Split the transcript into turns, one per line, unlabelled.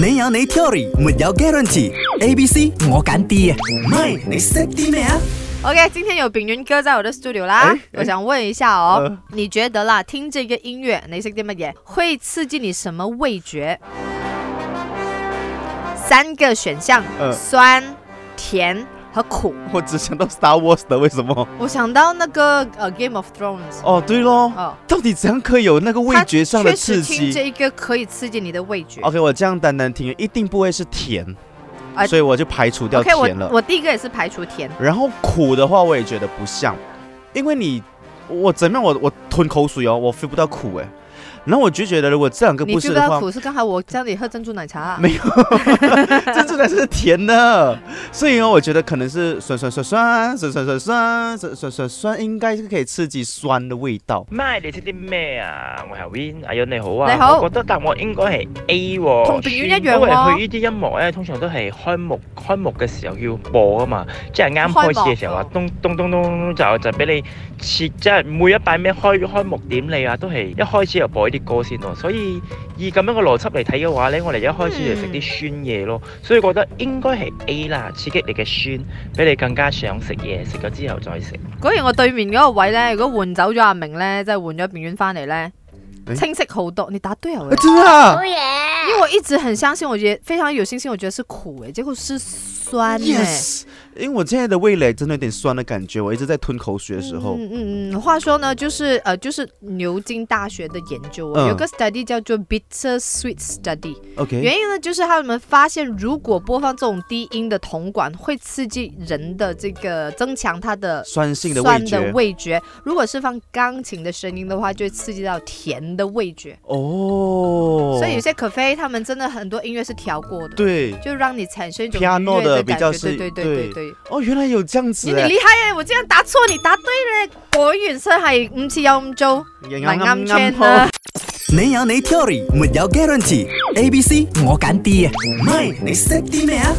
你有你 theory，没有 guarantee。A、B、C 我拣 D 啊，唔系你识啲咩啊？
OK，今天有炳云哥在我的 studio 啦
哎，
我想问一下哦，
呃
你觉得啦，听这个音乐，你识啲乜嘢？会刺激你什么味觉？三个选项，
呃
酸、甜和苦。
我只想到 Star Wars 的，为什么？
我想到那个呃《Game of Thrones》
哦，对咯，
哦，
到底怎样可以有那个味
它
觉上的刺
确实
激
听
哦
这一个可以刺激你的味觉。
？OK，我这样单单听，一定不会是甜，
啊
所以我就排除掉
OK，
甜
我
了。
我第一个也是排除甜，
然后苦的话，我也觉得不像，因为你我怎么样，我我吞口水哦，我 feel 不到苦哎。然后我就觉得，如果这两个
你
不
知
是
不知
的
道
话，
苦是刚才我叫你喝珍珠奶茶啊、
没这真的是甜的。所以呢，我觉得可能是酸酸酸酸酸酸酸酸酸酸酸酸，应该是可以刺激酸的味道。
咪你識啲咩啊？我係 Win，阿欣你好啊。
你好
我覺得答案應該係 A 喎。
同平遠一樣喎
因為佢呢啲音樂咧，通常都係開幕開幕嘅時候要播啊嘛，即係啱開始嘅時候啊，咚咚咚咚咚就就俾你切，即係每一版咩開開幕典禮啊，都係一開始就播呢啲歌先咯。所以以咁樣嘅邏輯嚟睇嘅話咧，我哋一開始就食啲酸嘢咯，所以覺得應該係 A 啦，刺激你嘅酸，俾你更加想食嘢，食咗之後再食。
果然我對面嗰個位咧，如果換走咗阿明咧，即係換咗炳遠翻嚟咧，
誒
清晰好多。你答對了
啊
欸，
真的啊、
因為我一直很相信，我觉得非常有信心，我覺得是苦诶，结果是酸诶。
Yes，因为我现在的味蕾真的有点酸的感觉，我一直在吞口水的时候，
嗯嗯嗯，话说呢，就是呃，就是牛津大学的研究哦、
嗯
有个 study 叫做 bitter sweet study，
OK，
原因呢就是他们发现，如果播放这种低音的铜管，会刺激人的这个增强它的
酸性的味
酸
觉
的。味觉。如果是放钢琴的声音的话，就会刺激到甜的味觉。
哦，
所以有些可菲他们真的很多音乐是调过的，
对
就让你产生一种
Piano
愉悦
的比
感
较
觉
是
对对
对
对对对。
哦，原来有这样子
咦，你
欸，
厉害啊！我竟然答錯，你答對咧，果然真係五次有五做，
你
咪啱 c 啦。
你有你 theory，没有 guarantee。A、B、C 我拣 D 啊，唔系你识啲咩啊？